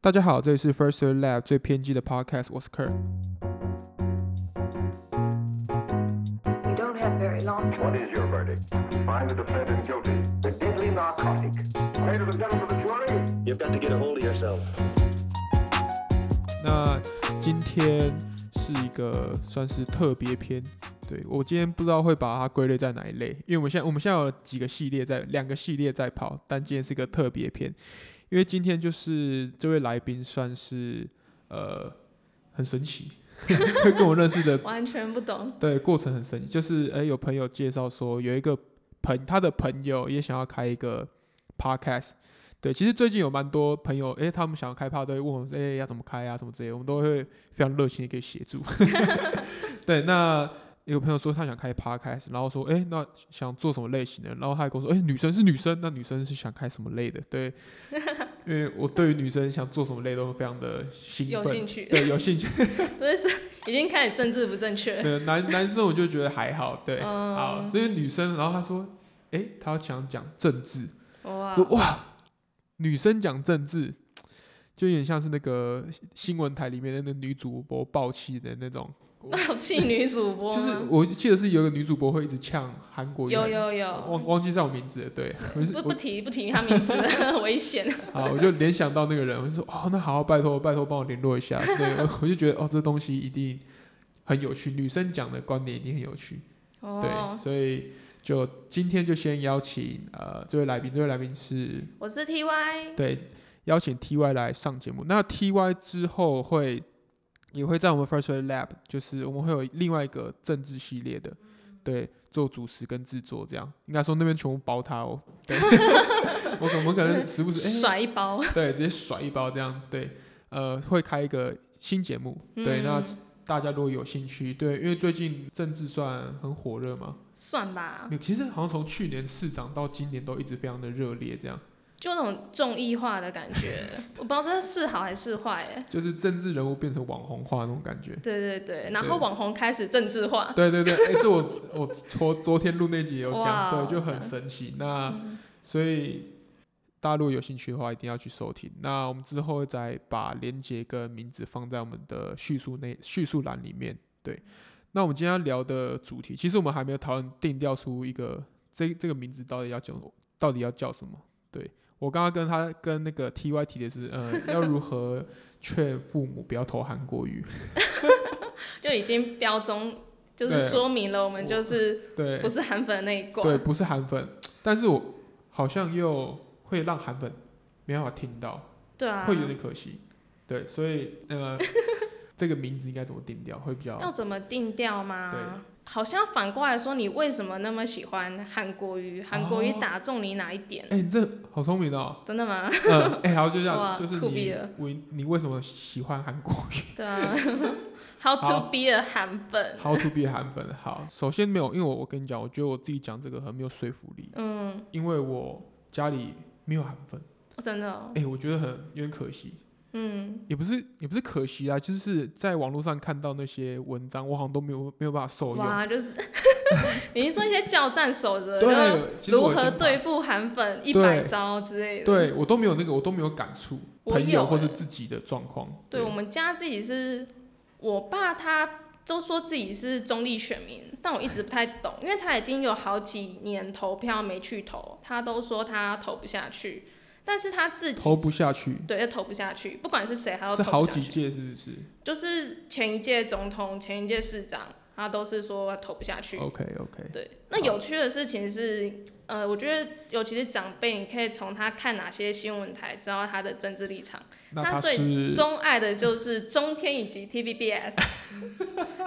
大家好，这里是 First Story Lab 最偏激的 Podcast，我是 Kurt。 You don't have very long to What is your verdict? Find the defendant guilty. The deadly narcotic. Ladies and gentlemen of the jury, You've got to get a hold of yourself. 那今天是一个算是特别篇，对我今天不知道会把它归类在哪一类，因为我们现在我们现在有几个系列在，两个系列在跑，但今天是一个特别篇，因为今天就是这位来宾算是呃很神奇， 跟我认识的 完全不懂。对，过程很神奇，就是哎、有朋友介绍说有一个朋他的朋友也想要开一个 podcast。对，其实最近有蛮多朋友，哎、他们想要开 p o d 都会问我们说，哎、要怎么开啊，什么之类的，我们都会非常热心的给协 助。 对，那有朋友说他想开 podcast，然后说，哎、那想做什么类型的？然后他还跟我说，哎、女生是女生，那女生是想开什么类的？ 对，因为我对于女生想做什么类都非常的兴有奋兴， 趣，对，有兴趣。 对，是已经开始政治不正确了。对，男男生我就觉得还好，对，嗯好，所以女生，然后她说，诶，她想讲政治，哇我，哇，女生讲政治，就有点像是那个新闻台里面的那女主播爆气的那种，那有气女主播就是吗？我记得是有一个女主播会一直呛韩国语，有有忘有，忘记叫我名字了， 对，我就是不不我提不提他名字 了，危险。好，我就联想到那个人，我就说哦，那好，拜托拜托帮我联络一下，对，我我就觉得哦，这东西一定很有趣，女生讲的观点一定很有趣。对，哦，所以就今天就先邀请呃这位来宾，这位来宾是我是 T Y，对邀请 T Y 来上节目。那 T Y 之后会也会在我们 First Way Lab，就是我们会有另外一个政治系列的，嗯对，做主持跟制作这样。应该说那边全部包他哦， 对，我可我们可能时不时哎、甩一包。对，直接甩一包这样，对，呃，会开一个新节目，对，那嗯大家如果有兴趣，对，因为最近政治算很火热嘛，算吧没，有，其实好像从去年市长到今年都一直非常的热烈，这样就那种综艺化的感觉， 我不知道这是好还是坏。哎，就是政治人物变成网红化那种感觉。对对对，然后对网红开始政治 化。对对对，哎、这我我昨昨天录那集也有讲，哇对，就很神奇。那、嗯所以大家如果有兴趣的话，一定要去收听。那我们之后再把连接跟名字放在我们的叙述内叙述栏里面。对，那我们今天要聊的主题，其实我们还没有讨论定调出一个这这个名字到底要叫到底要叫什么。对我刚刚跟他跟那个 T Y 提的是，呃，要如何劝父母不要投韩国语？ 就已经标中，就对是说明了我们就是对不，是韩粉那一挂。对，不是韩粉，但是我好像又会让韩粉没办法听到。对啊，会有点可惜。对，所以 呃，这个名字应该怎么定调会比较要怎么定调哦对吗？好像反过来说，你为什么那么喜欢韩国瑜？韩国瑜哦打中你哪一点？哎、你这好聪明哦。真 的吗？嗯，哎、好，就这样，哇就是酷毙你了，我你为什么喜欢韩 国语对啊。How 好 to be a 韩粉？ ？How to be 韩粉？好，首先没有，因为我我跟你讲，我觉得我自己讲这个很没有说服力，嗯，因为我家里没有韩粉，哦真的、哦，哎、我觉得很有点可惜，嗯，也不是也不是可惜啊，就是在网络上看到那些文章，我好像都没有没有办法受用。哇，就是 你是说一些教战守则，然后对，其实如我何先把对付韩粉一对百招之类的？对我都没有那个，我都没有感触，我朋友有或是欸自己的状况。对我们家自己是，我爸他都说自己是中立选民，但我一直不太懂，因为他已经有好几年投票没去投，他都说他投不下去，但是他自己投不下去，对，他投不下去，不管是谁，他都是投好不下几去。届是不是就是前一届总统、前一届市长，他都是说他投不下去。 ？OK OK，对，那有趣的事情是，呃，我觉得尤其是长辈，你可以从他看哪些新闻台知道他的政治立场。那他他最是钟爱的就是中天以及 TVBS，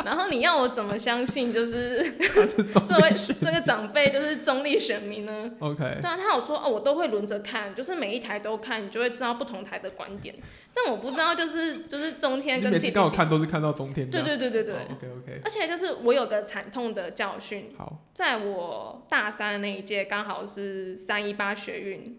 然后你要我怎么相信就是他是中这位立选这个长辈就是中立选民呢？ OK，对啊，他有说哦，我都会轮着看，就是每一台都看，你就会知道不同台的观点。但我不知道就是就是中天你跟每次刚好 TVB，看都是看到中天这对样，哦对对对对， ，OK OK，而且就是我有个惨痛的教训，好，在我大三的那一届刚好是三一八学运，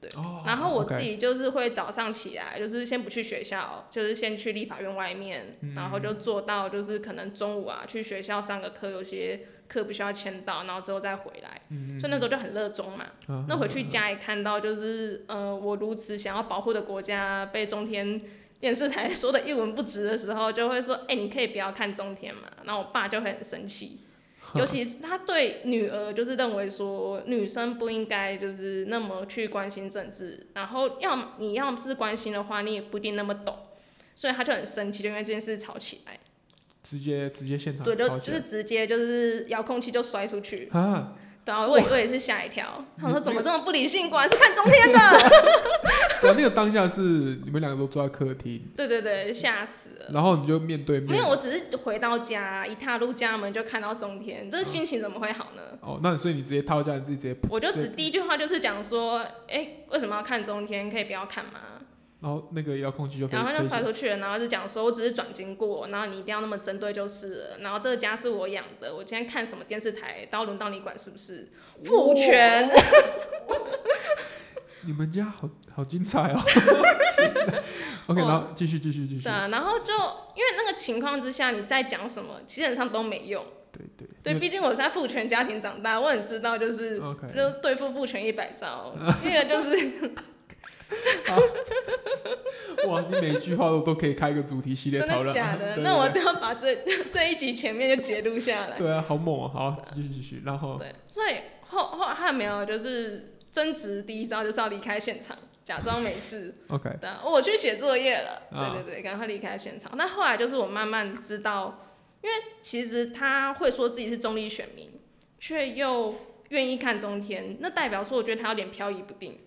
对哦然后我 OK 自己就是会早上起来，就是先不去学校，就是先去立法院外面，然后就嗯做到就是可能中午啊去学校上个课，有些课不需要签到，然后之后再回来，所以那时候就很热衷嘛。嗯那回去家里看到就是呃我如此想要保护的国家被中天电视台说的一文不值的时候，就会说，哎、你可以不要看中天嘛。然后我爸就会很 生气。尤其是他对女儿就是认为说女生不应该就是那么去关心政治，然后要么你要是关心的话，你也不一定那么懂，所以他就很生气，就因为这件事吵起来，嗯直接直接现场对，就吵起就来是直接就是遥控器就摔出去，啊，对啊，我也我也是吓一跳，他说怎么这么不理性，果然是看中天的，对啊那个当下是你们两个都坐在客厅，对对对，吓死了。然后你就面对面，没有，我只是回到家，一踏入家门就看到中天，这心情怎么会好呢？哦，那所以你直接套下来，你自己直接，我就只这第一句话就是讲说，哎、为什么要看中天？可以不要看吗？然后那个遥控器就飞然后就飞起甩出去了，然后就讲说，我只是转经过，然后你一定要那么针对就是了。然后这个家是我养的，我今天看什么电视台，到轮到你管是不是？父权，你们家好好精彩 哦天哪！OK，哇然后继续继续继续对，啊。然后就因为那个情况之下，你再讲什么，基本上都没用。对对对，因为毕竟我是在父权家庭长大，我很知道就是。 OK，就是对付父权一 百招，第一个就是哇，你每一句话都都可以开一个主题系列真讨的论，假对的，对那我对都要把这这一集前面就截录下 来。对啊，好猛啊！好，继续继续，然后对，所以后后还没有就是争执第一招就是要离开现场，假装没 事。 OK，对啊，我去写作业了。啊对对对，赶快离开现场。那后来就是我慢慢知道，因为其实他会说自己是中立选民，却又愿意看中天，那代表说我觉得他有点飘移不定。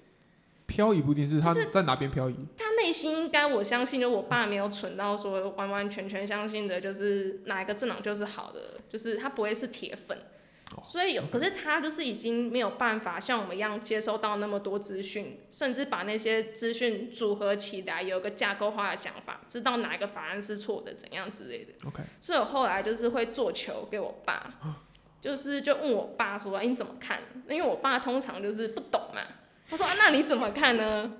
漂移不一定是他就是在哪边漂移，他内心应该我相信，就我爸没有蠢到说完完全全相信的，就是哪一个政党就是好的，就是他不会是铁粉。哦所以有，可是他就是已经没有办法像我们一样接收到那么多资讯，甚至把那些资讯组合起来，有一个架构化的想法，知道哪一个法案是错的，怎样之类的。 OK，所以我后来就是会做球给我爸，就是就问我爸说：“哎、你怎么看？”因为我爸通常就是不懂嘛，他说：“啊，那你怎么看呢？”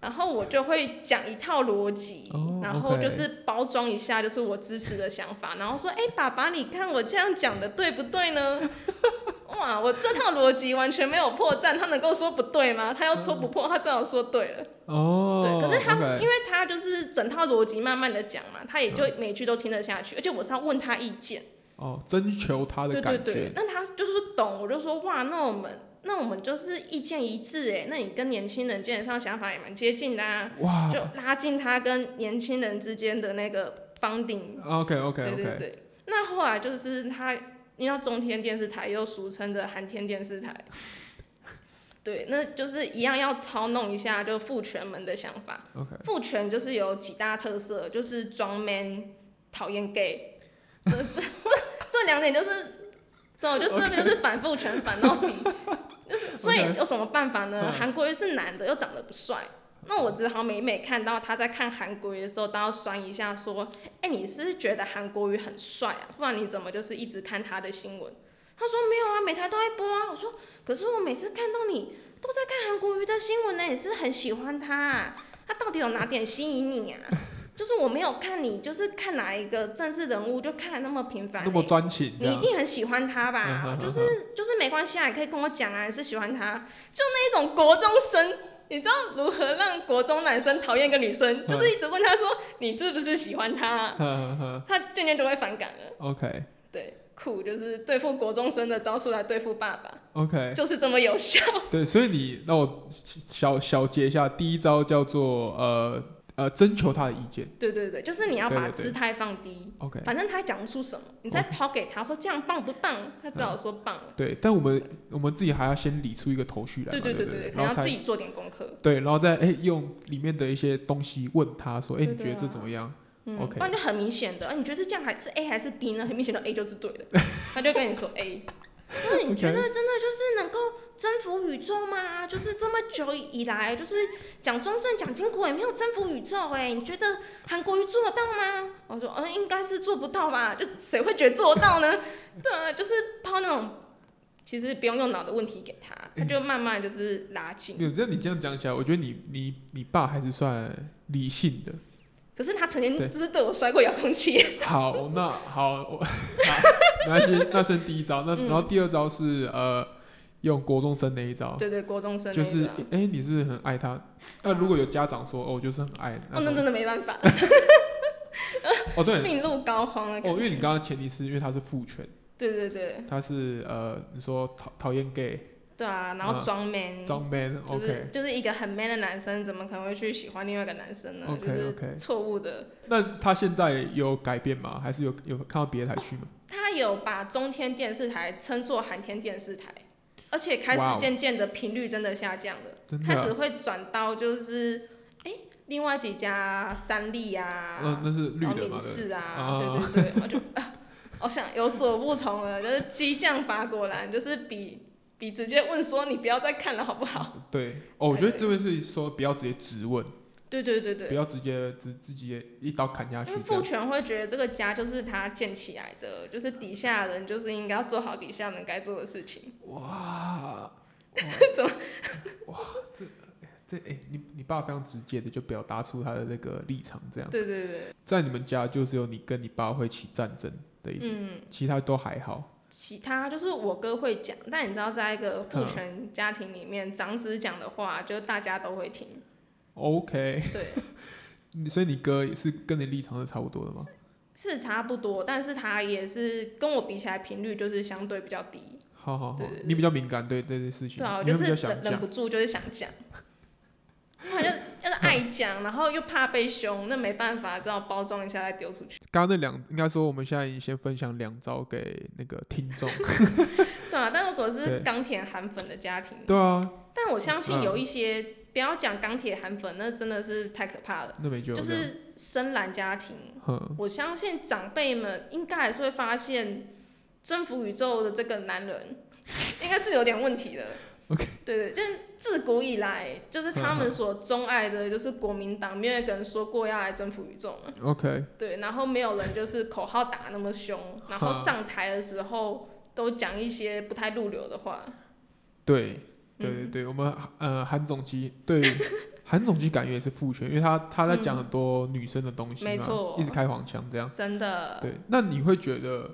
然后我就会讲一套逻辑哦然后 OK 就是包装一下，就是我支持的想法，然后说：“哎、爸爸，你看我这样讲的对不对呢？” 哇，我这套逻辑完全没有破绽，他能够说不对吗？他要说不破，他正好说对了。哦，对，可是他 OK 因为他就是整套逻辑慢慢的讲嘛，他也嗯就每句都听得下去，而且我是要问他意见，哦，征求他的对对感对觉，，那他就是懂，我就说哇，那我们那我们就是意见一致哎，那你跟年轻人基本上想法也蛮接近的啊，哇就拉近他跟年轻人之间的那个 bonding， ，OK OK 对对 OK，对。那后来就是他，你知道中天电视台又俗称的韩天电视台，对，那就是一样要操弄一下就父权们的想法。 OK，父权就是有几大特色，就是装 man，讨厌 gay，这这这这两点就是，对，我就真的就是反 父权反到底，就是所以 OK 有什么办法呢嗯？韩国瑜是男的又长得不帅，那我只好每每看到他在看韩国瑜的时候都要酸一下，说，哎、你是不是觉得韩国瑜很帅啊？不然你怎么就是一直看他的新闻？他说没有啊，每台都在播啊。我说，可是我每次看到你都在看韩国瑜的新闻呢，也是很喜欢他、啊。他到底有哪点吸引你啊？就是我没有看你，就是看哪一个政治人物就看得那么频繁、那么欸专情这你一样，定很喜欢他嗯吧哼？就嗯是就是没关系啊，你可以跟我讲啊，你是喜欢他，就那一种国中生，你知道如何让国中男生讨厌一个女生？嗯就是一直问他说你是不是喜欢他，呵呵呵他渐渐就会反感了。 ，OK 对，酷就是对付国中生的招数来对付爸爸， OK，就是这么有效。对，所以你那我小小结一下，第一招叫做呃呃征求他的意见对对对，就是你要把对对对姿态放低， ，OK，反正他讲不出什么，你再抛给他说这样棒不棒，他只好说棒了。对，但我们我们自己还要先理出一个头绪来嘛，对对对对对，可然能要后自才己做点功课。对，然后再哎用里面的一些东西问他说，哎，对你对觉得这啊怎么样？嗯 OK 不然就很明显的，啊，你觉得是这样还是 A 还是 B 呢？很明显的 A 就是对的， 他就跟你说 A。那你觉得真的就是能够征服宇宙吗？就是这么久以来，就是蒋中正、蒋经国也没有征服宇宙哎、你觉得韩国瑜做得到吗？我说，呃 嗯，应该是做不到吧，就谁会觉得做得到呢？对啊，就是抛那种其实不用用脑的问题给他，嗯他就慢慢就是拉近。没有，这你这样讲起来，我觉得你你你爸还是算理性的。可是他曾对经就是对我摔过遥控器，好，那好，我 好没关系，那是第一招。那嗯然后第二招是呃，用国中生那一招， 对对，国中生就那个。啊是哎、诶你是不是很爱他？那如果有家长说哦，我就是很爱，哦，那种真的没办法，哦对，病入膏肓的感觉。哦，因为你刚刚前提是因为他是父权，对对对他是呃，你说讨讨厌 gay 对啊，然后嗯装 man，、装 man，OK，、就是就是一个很 man 的男生，怎么可能会去喜欢另外一个男生呢 OK，就 OK 是错误的。那他现在有改变吗？还是有有看到别的台剧吗？他有把中天电视台称作寒天电视台，而且开始哇哦渐渐的频率真的下降了，真的开啊、始会转到就是哎、诶另外几家三立啊，那那是绿然后的嘛？民对视啊，啊对对对，我就啊，我想有所不同了，就是激将法果然就是比比直接问说你不要再看了好不好？对，哦，我觉得这边是说不要直接质问，对对对不对，要直接直自己一刀砍下去因为这父样。权会觉得这个家就是他建起来的，就是底下人就是应该要做好底下人该做的事情。哇，怎么？这哎、你你爸非常直接的就表达出他的那个立场，这样对对对，在你们家就只有你跟你爸会起战争的一种，嗯，其他都还好。其他就是我哥会讲，但你知道，在一个父嗯权家庭里面，长子讲的话，就大家都会听。 OK，对，你 所以你哥也是跟你立场是差不多的吗？是差不多，但是他也是跟我比起来，频率就是相对比较低。好好好对对，你比较敏感对这件事情，对啊，我你就会是比较想忍忍讲不。住就是想 讲，我就就是爱讲，然后又怕被凶，那没办法，只好包装一下再丢出去。刚刚那两应该说，我们现在已经先分享两招给那个听 众。对啊，但如果对是钢铁韩粉的家庭，对啊，但我相信嗯有一些，不要讲钢铁韩粉，那真的是太可怕了，那没救就了。这样是深蓝家庭，哼，我相信长辈们应该还是会发现，征服宇宙的这个男人应该是有点问题的。 OK 嗯对对，就是自古以来，就是他们所钟爱的，就是国民党，没有一个人说过要来征服宇宙嘛。 OK，对，然后没有人就是口号打那么凶，然后上台的时候都讲一些不太入流的话。对，对对嗯对，我们呃韩总机 对韩总机感觉也是父权，因为他他在讲很多女生的东西嘛，嗯没错一直开黄腔这样。真的，对，那你会觉得，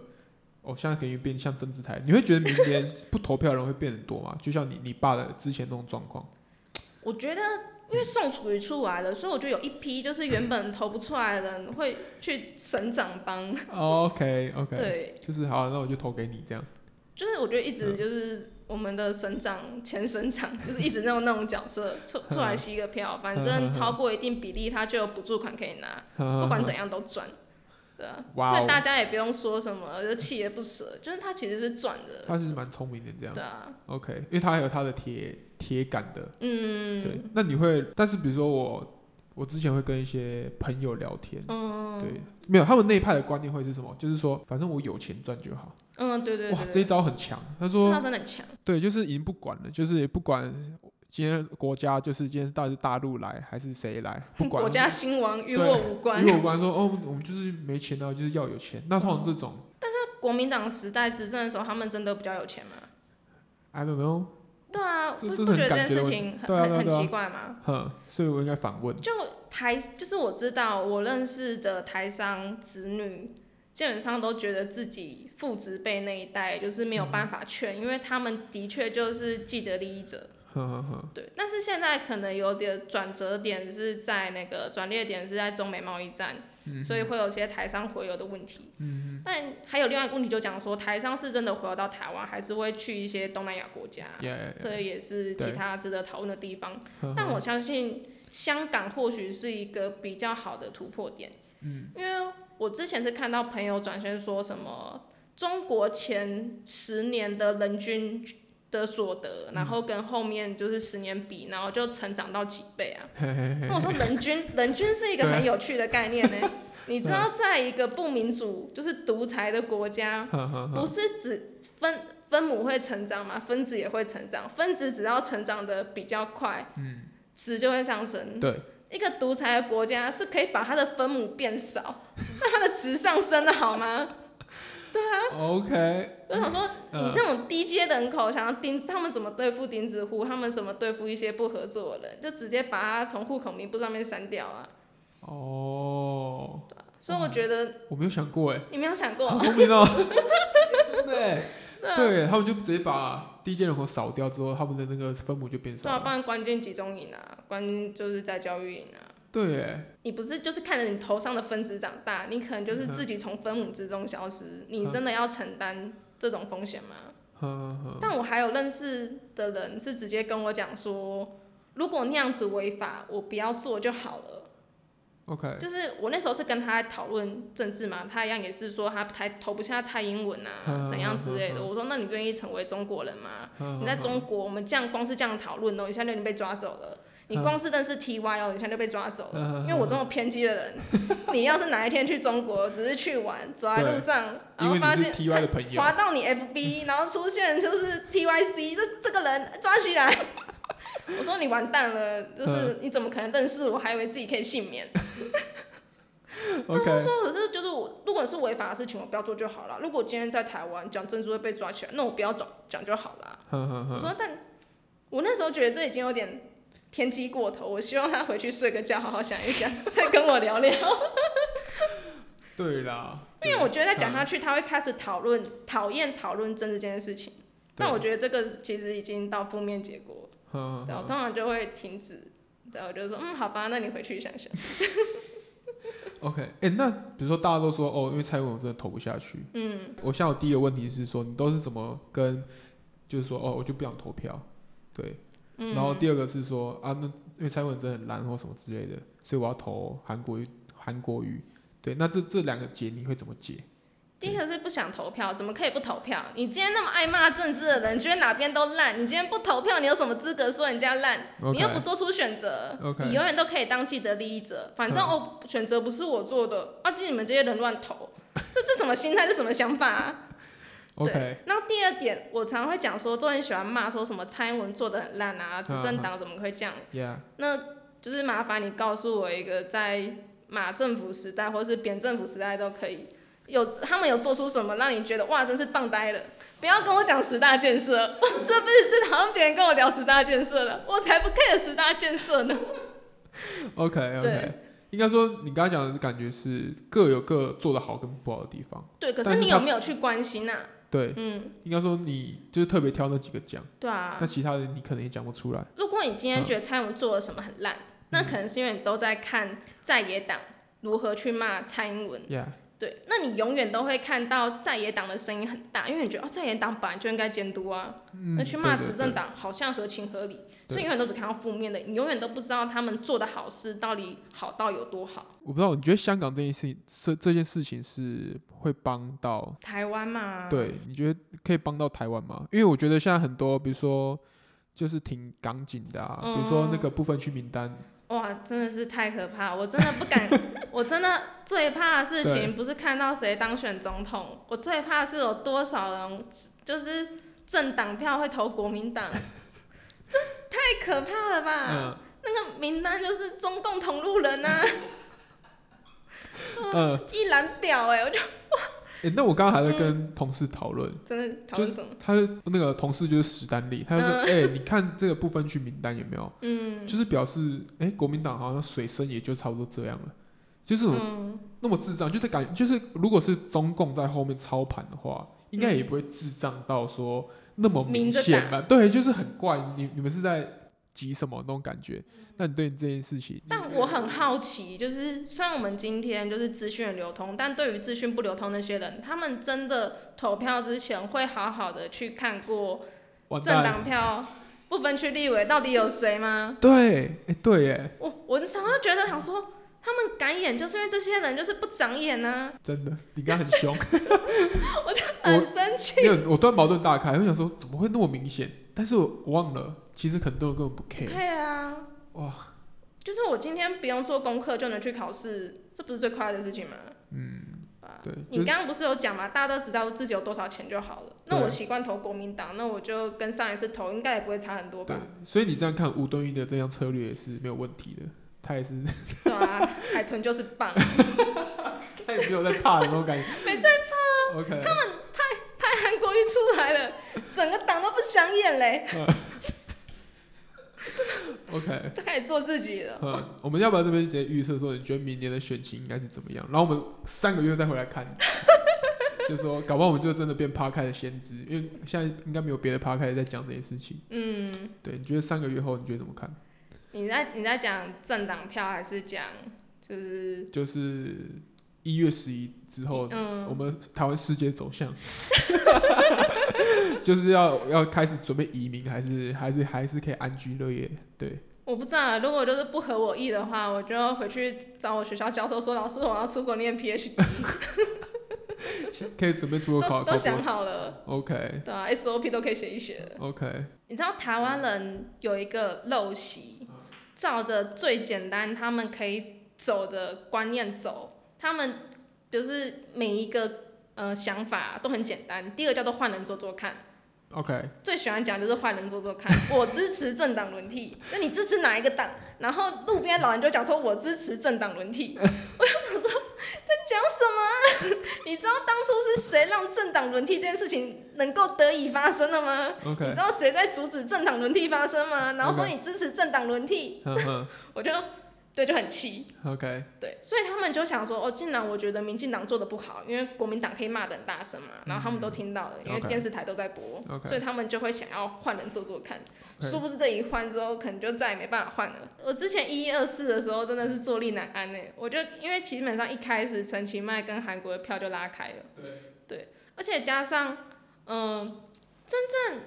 哦，现在等于变像政治台，你会觉得明 年不投票的人会变很多吗？就像你你爸的之前那种状 况，我觉得。因为宋楚瑜出来了，所以我觉得有一批就是原本投不出来的人会去省长帮， OK OK，，对，就是好，啊那我就投给你这样。就是我觉得一嗯直就是我们的省长、前省长， 就是一直那种那种角色出嗯出来吸一个票，反正超过一定比例，他就有补助款可以拿，不不管 怎样都赚。对啊，嗯哇哦所以大家也不用说什么，就锲而不舍，就是他其实是赚的。他是蛮聪明的这样对啊， ，OK，因为他还有他的铁铁杆的，对嗯，。那你会，但是比如说我，我之前会跟一些朋友聊天，嗯，对，没有，他们那一派的观念会是什么？就是说，反正我有钱赚就好。嗯，对对哇，这一对，招很强。他这说套，真的很强。对，就是已经不管了，就是也不管今天国家，就是今天到底是大陆来还是谁来，不跟管 国家兴亡与对我无关与。我无关。说哦，我们就是没钱啊，就是要有钱。那通常这种嗯国民党时代执政的时候，他们真的比较有钱吗？ ，I don't know，对啊，这不这是不觉得这很感件觉事的情对啊很很对啊很对啊奇怪吗？哼，所以我应该反问，就台就是我知道我认识的台商子女，基本上都觉得自己父职辈那一代就是没有办法劝，因为他们的确就是既得利益者。哼哼哼，对，但是现在可能有点转折点是在那个转捩点是在中美贸易战，所以会有些台商回流的问题。嗯、但还有另外一个问题，就讲说台商是真的回流到台湾，还是会去一些东南亚国家？ 耶，这也是对其他值得讨论的地方。嗯哼但哼我相信香港或许是一个比较好的突破点。嗯，因为我之前是看到朋友转圈说什么中国前十年的人均的所得，嗯然后跟后面就是十年比，然后就成长到几倍啊。嘿嘿嘿那我说人均，人均是一个很有趣的概念 呢、你知啊道，在一个不民主就是独裁的国家，哼哼不哼，是只分分母会成长嘛，分子也会成长，分子只要成长的比较快，嗯，值就会上升。对，一个独裁的国家是可以把它的分母变少，让它的值上升的好吗？ OK，我想说，以嗯那种低阶人口，想要钉他们怎么对付钉子户，他们怎么对付一些不合作的人，就直接把他从户口名簿上面删掉啊。哦，所以我觉得我没有想过哎，你没有想过好，聪明 哦，真的哎，对啊，对他们就直接把低阶人口扫掉之后，他们的那个分母就变对啊，少不了。然关键集中营啊，关键就是在教育营啊。对哎，你不是就是看着你头上的分子长大，你可能就是自己从分母之中消失，你真的要承担这种风险吗？哼哼，但我还有认识的人是直接跟我讲说，如果那样子违法，我不要做就好了。 OK，就是我那时候是跟他讨论政治嘛，他一样也是说他台投不下蔡英文 啊，嗯怎样之类嗯的。嗯我说那你愿意成为中国人吗？你你在中国，我们这样光是这样讨论哦，你现在就已经被抓走了。你嗯光是认识 TY 哦，你现在就被抓走了。因为我这么偏激 的人，你要是哪一天去中国，只是去玩，走在路上，因然后为你发是现 TY 的朋友滑到你 FB，然后出现就是 TYC 这这个人抓起来， 我说你完蛋了，嗯就是你怎么可能认识我？还以为自己可以幸免。 ，OK，说可是就是我，如果是违法的事情，我不要做就好了。如果今天在台湾讲珍珠会被抓起来，那我不要讲讲就好了啊。哼哼我哼，说，但我那时候觉得这已经有点偏激过头，我希望他回去睡个觉，好好想一想，再跟我聊聊。对啦，因为对我觉得再讲下去，他会开始讨论讨厌讨论政治这件事情。但我觉得这个其实已经到负面结果，哼对，嗯我啊哼通哼常就会停止。对，我就说，嗯，好吧，那你回去想想。 ，OK，哎、那比如说大家都说哦，因为蔡英文我真的投不下去，嗯，我像我第一个问题是说，你都是怎么跟，就是说哦，我就不想投票，对，嗯然后第二个是说啊，那因为蔡英文真的很烂或什么之类的，所以我要投韩国瑜，韩国瑜，对，那这这两个结你会怎么解？第一个是不想投票，怎么可以不投票？你今天那么爱骂政治的人，你觉得哪边都烂，你今天不投票，你有什么资格说人家烂 OK 你又不做出选择 OK 你永远都可以当既得利益者。反正嗯哦，选择不是我做的，啊，就你们这些人乱投，这这什么心态，这什么想法、啊？ OK，对。那第二点，我常会讲说，都很喜欢骂说什么蔡英文做的很烂啊，执政党怎么会这样？ ，Yeah，那就是麻烦你告诉我一个在马政府时代或是扁政府时代都可以有他们有做出什么让你觉得哇真是棒呆了。不要跟我讲十大建设， 这不是这好像别人跟我聊十大建设了，我才不 care 十大建设呢。 OK OK，对应该说你刚刚讲的感觉是各有各做的好跟不好的地方，对，可但是是你他有没有去关心啊？对，嗯，应该说你就是特别挑那几个讲，对啊那。其他的你可能也讲不出来。如果你今天觉得嗯蔡英文做了什么很烂，那可能是因为你都在看在野党如何去骂蔡英文。 Yeah，对，那你永远都会看到在野党的声音很大，因为你觉得哦，在野党本来就应该监督啊，嗯，那去骂对执政，党好像合情合理，所对以永远都只看到负面的，你永远都不知道他们做的好事到底好到有多好对。我不知道，你觉得香港这件事情，这这件事情是会帮到？台湾嘛，，对，你觉得可以帮到台湾吗？因为我觉得现在很多，比如说就是挺港警的啊，比如说嗯那个部分区名单，哇，真的是太可怕，我真的不 敢，我真的最怕的事对情不是看到谁当选总统，我最怕是有多少人就是政党票会投国 民党，这太可怕了吧？嗯那个名单就是中共同路人呐、嗯，一览表哎、我就诶那我刚刚还在跟同事讨论，真的讨就论是什么？他那个同事就是史丹利，他就说，哎、你看这个不分区名单有没有？ 嗯就是表示，哎、国民党好像水深也就差不多这样了，就是那种嗯，那么智障，就是感就是如果是中共在后面操盘的话，应该也不会智障到说那么明显吧？对，就是很怪，你你们是在急什么那种感觉？那你对这件事情，但我很好奇，就是虽然我们今天就是资讯的流通，但对于资讯不流通那些人，他们真的投票之前会好好的去看过完政蛋，党票不分区立委到底有谁吗？对，哎、对，哎，我我常常觉得想说，他们敢演就是因为这些人就是不长眼呐、真的，你刚刚很凶，很生气。因为我突然矛盾大开，我想说怎么会那么明显？但是我忘了，其实很多人根本不 care，对啊，哇，就是我今天不用做功课就能去考试，这不是最快乐的事情吗？对，就你是刚刚不是有讲嘛，大家都知道自己有多少钱就好了。那对我习惯投国民党，那我就跟上一次投应该也不会差很多对吧？，所以你这样看吴敦义的这样策略也是没有问题的，他也是， 对啊，海豚就是棒，他也没有在怕的那种感觉， 没在怕、 OK，拍韩国瑜出来了，整个党都不想演嘞， OK， 都开始做自己了。嗯，我们要不要这边直接预测说，你觉得明年的选情应该是怎么样？然后我们三个月再回来看， 就说搞不好我们就真的变趴开的先知，因为现在应该没有别的趴开在讲这些事情。嗯，对，你觉得三个月后你觉得怎么看？你在你在讲政党票还是讲就是就是一月十一之后，嗯我们台湾世界走向， 就是要要开始准备移民，还是还是还是可以安居乐业？对，我不知道啊，如果就是不合我意的话，我就回去找我学校教授说，老师我要出国念 PhD，可以准备出国考都考都想博。好了， OK 对啊，SOP 都可以写一写了。 OK，你知道台湾人有一个陋习，照着最简单他们可以走的观念走，他们就是每一个呃想法都很简单。第二个叫做换人做做看， OK，最喜欢讲就是换人做做看。 我支持政党轮替，那你支持哪一个党？然后路边老人就讲说，我支持政党轮替。 我就想说，在讲什么 啊？你知道当初是谁让政党轮替这件事情能够得以发生的吗？ OK，你知道谁在阻止政党轮替发生吗？然后说 OK 你支持政党轮替，嗯哼我就对就很气， ，OK，对，所以他们就想说，哦，既然我觉得民进党做的不好，因为国民党可以骂的很大声嘛，然后他们都听到了，因为 OK 电视台都在播 OK 所以他们就会想要换人做做看。 OK 殊不知这一换之后，可能就再也没办法换了。我之前一一二四的时候真的是坐立难安呢、我就因为基本上一开始陈其迈跟韩国的票就拉开了，对而且加上，嗯、真正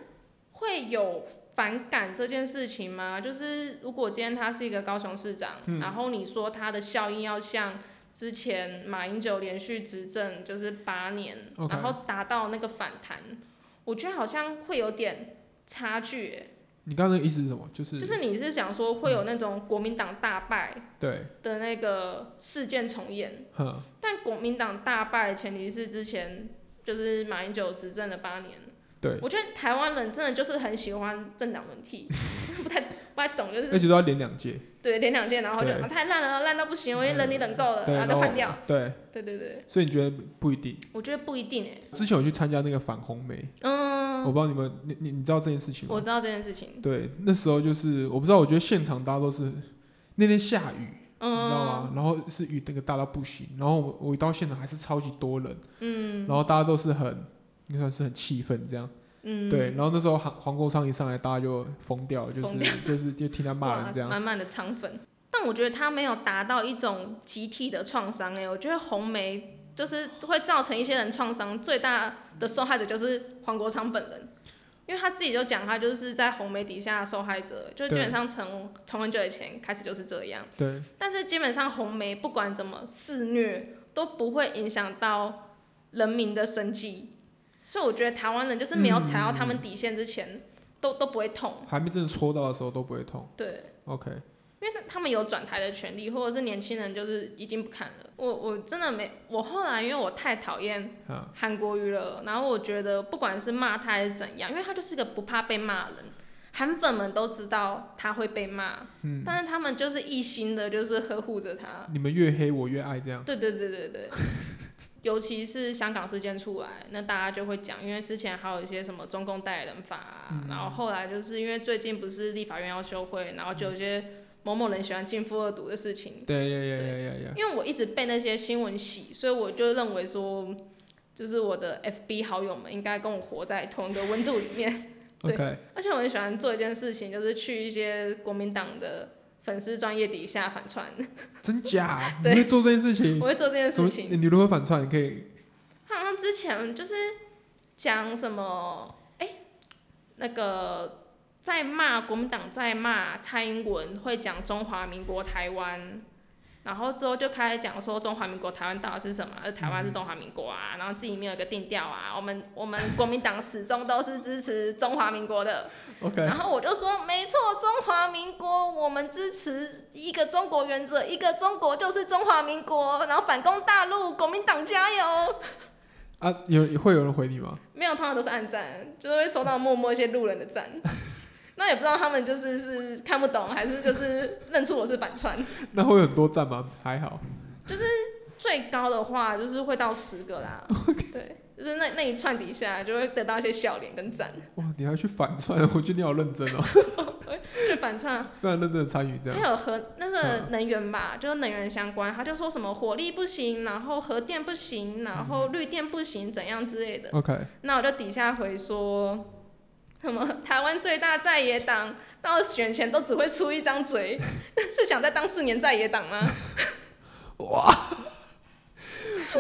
会有反感这件事情吗？就是如果今天他是一个高雄市长，嗯然后你说他的效应要像之前马英九连续执政就是八年 OK 然后达到那个反弹，我觉得好像会有点差距欸、你刚刚的意思是什么？就是就是你是想说会有那种国民党大败对，的那个事件重演，哼，但国民党大败前提是之前就是马英九执政的八年。对，我觉得台湾人真的就是很喜欢政党轮 替，不太不太懂，就而是且都要连两届，对连两件，然后就对啊太烂了，烂到不行，我已经忍你忍够了，对，然然后就后呃啊换掉。对，对对对，所以你觉得不一定？我觉得不一定哎、之前我去参加那个反红梅，嗯，我不知道你们，你你你知道这件事情吗我？知道这件事情，对，那时候就是我不知道，我觉得现场大家都是那天下雨，你知道吗？嗯然后是雨那个大到不行，然后我我一到现场还是超级多人，嗯然后大家都是很应该算是很气愤这样，嗯，对。然后那时候黄黄国昌一上来，大家就疯掉了，就疯是 就是就听他骂哇人这，样，满满的肠粉。但我觉得他没有达到一种集体的创伤哎，我觉得红梅就是会造成一些人创伤，最大的受害者就是黄国昌本人，因为他自己就讲他就是在红梅底下的受害者，就基对本上从从很久以前开始就是这样。对但是基本上红梅不管怎么肆虐，都不会影响到人民的生计，所以我觉得台湾人就是没有踩到他嗯们底线之前，都都不会痛。还没真的戳到的时候都不会痛。对， OK，因为他们有转台的权利，或者是年轻人就是已经不看了。我我真的没，我后来因为我太讨厌啊，韩国瑜了，然后我觉得不管是骂他还是怎样，因为他就是一个不怕被骂的人，韩粉们都知道他会被骂，嗯但是他们就是一心的，就是呵护着他。你们越黑我越爱这样。对对对对对，尤其是香港事件出来，那大家就会讲，因为之前还有一些什么中共代理人法、啊，然后后来就是因为最近不是立法院要休会，然后就有一些某某人喜欢进富二毒的事情。对呀呀呀呀呀！因为我一直被那些新闻洗，所以我就认为说，就是我的 FB 好友们应该跟我活在同一个温度里面。 对 OK，而且我很喜欢做一件事情，就是去一些国民党的粉丝专业底下反串，真假？你对会做这件事情我？会做这件什嗯事么？情。你如何反串？你可以他好像之前就是讲什么，哎、那个在骂国民党，在骂蔡英文，会讲中华民国台湾，然后之后就开始讲说中华民国台湾到底是什么，而台湾是中华民国啊，然后自己没有一个定调啊，我们我们国民党始终都是支持中华民国的， OK 然后我就说，没错，中华民国，我们支持一个中国原则，一个中国就是中华民国，然后反攻大陆，国民党加油。啊？有会有人回你吗？没有，通常都是暗赞，就是会收到默默一些路人的赞。 那也不知道他们就是是看不懂，还是就是认出我是反串。那会有很多赞吗？还好。最高的话就是会到十个啦。对，就是那那一串底下就会得到一些笑脸跟 赞，哇，你还去反串， 我觉得你好认真哦，就反串啊。非常认真的参与这样。还有核那个能源吧，就是能源相关，他就说什么火力不行，然后核电不行，然后绿电不行，怎样之类的。 OK，那我就底下回说，什么台湾最大在野党到选前都只会出一张嘴， 是想再当四年在野党吗？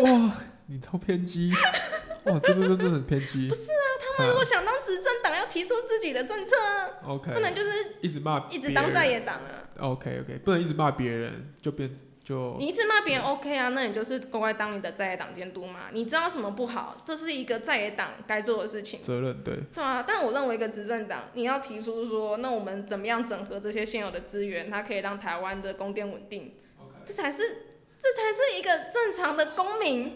哇，你超偏激， 哇，这个真的很偏激。不是啊，他们如果想当执政党，要提出自己的政策啊， OK，不能就是一直骂别人，一直当在野党啊。 OK OK，不能一直骂别人，就变就你一直骂别人 OK 啊，那你就是乖乖当你的在野党监督嘛。你知道什么不好，这是一个在野党该做的事情。责任对。对啊，但我认为一个执政党，你要提出说，那我们怎么样整合这些现有的资源，它可以让台湾的供电稳定，这才是这才是一个正常的公民。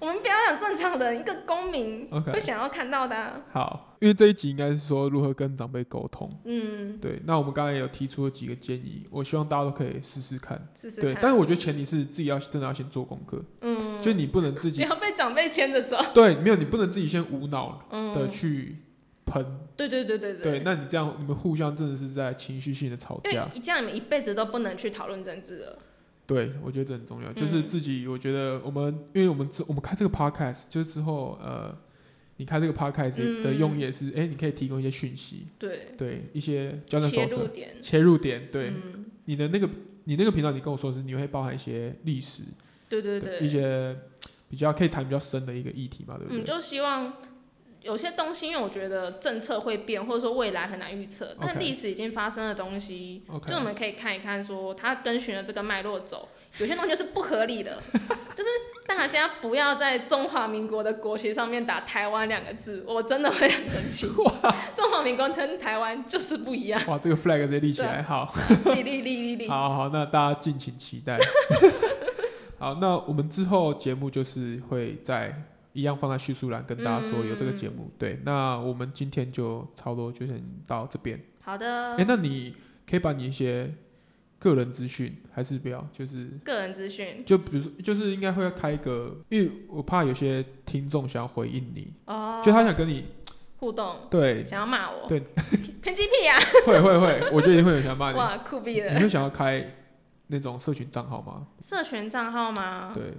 我们不要讲正常人，一个公民 OK 会想要看到的、啊。好，因为这一集应该是说如何跟长辈沟通。嗯，对，那我们刚才有提出了几个建议，我希望大家都可以试试看。试试对看。，但是我觉得前提是自己要真的要先做功课，嗯，就你不能自不己要被长辈牵着走。对，没有你不能自己先无脑的嗯，去喷，对对对对嗯对，那你啊这样你们互相真的是在情绪性的吵因为架。一这样你们一辈子都不能去讨论政治了。对，我觉得这很重要，就是嗯自己，我觉得我们，因为我们之我们开这个 podcast，就是之后呃，你开这个 podcast 的嗯用意也是，哎、你可以提供一些讯息，对，对一些交战切手入册点。切入点，对、嗯，你的那个你那个频道，你跟我说是你会包含一些历史，对对对，一些比较可以谈比较深的一个议题嘛，对不嗯，对？就希望有些东西，因为我觉得政策会变，或者说未来很难预测，但 OK 历史已经发生的东西 OK 就我们可以看一看说它跟循了这个脉络走，有些东西是不合理 的，就是大家不要在中华民国的国旗上面打“台湾”两个字，我真的会很生 气。中华民国跟台湾就是不一样，哇，这个 flag 直接立起对啊来，好，立立立立立，好好，那大家敬请期待。 好，那我们之后节目就是会在一样放在叙述栏跟大家说有这个节嗯目。对，那我们今天就差不多就先到这边。好哎、的。那你可以把你一些个人资讯，还是不要？就是个人资讯就比如说，就是应该会要开一个，因为我怕有些听众想要回应你，哦，就他想跟你互动，对想要骂我，对， 偏激屁呀、啊会会会，我觉得一定会有人想骂你。 哇，酷毙你了！会想要开那种社群账号吗？社群账号吗？对，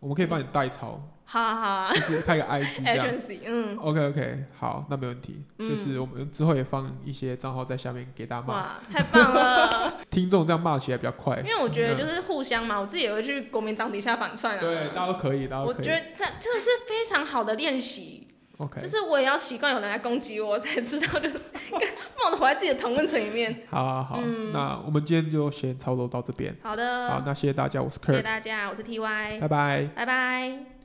我们可以帮你代操。好啊好 啊就是开个 IG 这样。 ，agency，嗯， OK OK，好，那没问题。嗯就是我们之后也放一些账号在下面给大家骂，哇，太 棒了！听众这样骂起来比较快嗯因。为我觉得就是互相嘛，我自己也会去国民党底下反串啊。对，大家都可以，大家我都可觉以。得这这个是非常好的练习， OK，就是我也要习惯有人来攻击我，才知道就是 冒着活在自己的同温层里面。好好好，嗯那我们今天就先操作到这边。好好，的，那谢谢大家，我是谢谢 Kirk，大家，我是 TY，拜拜。拜拜。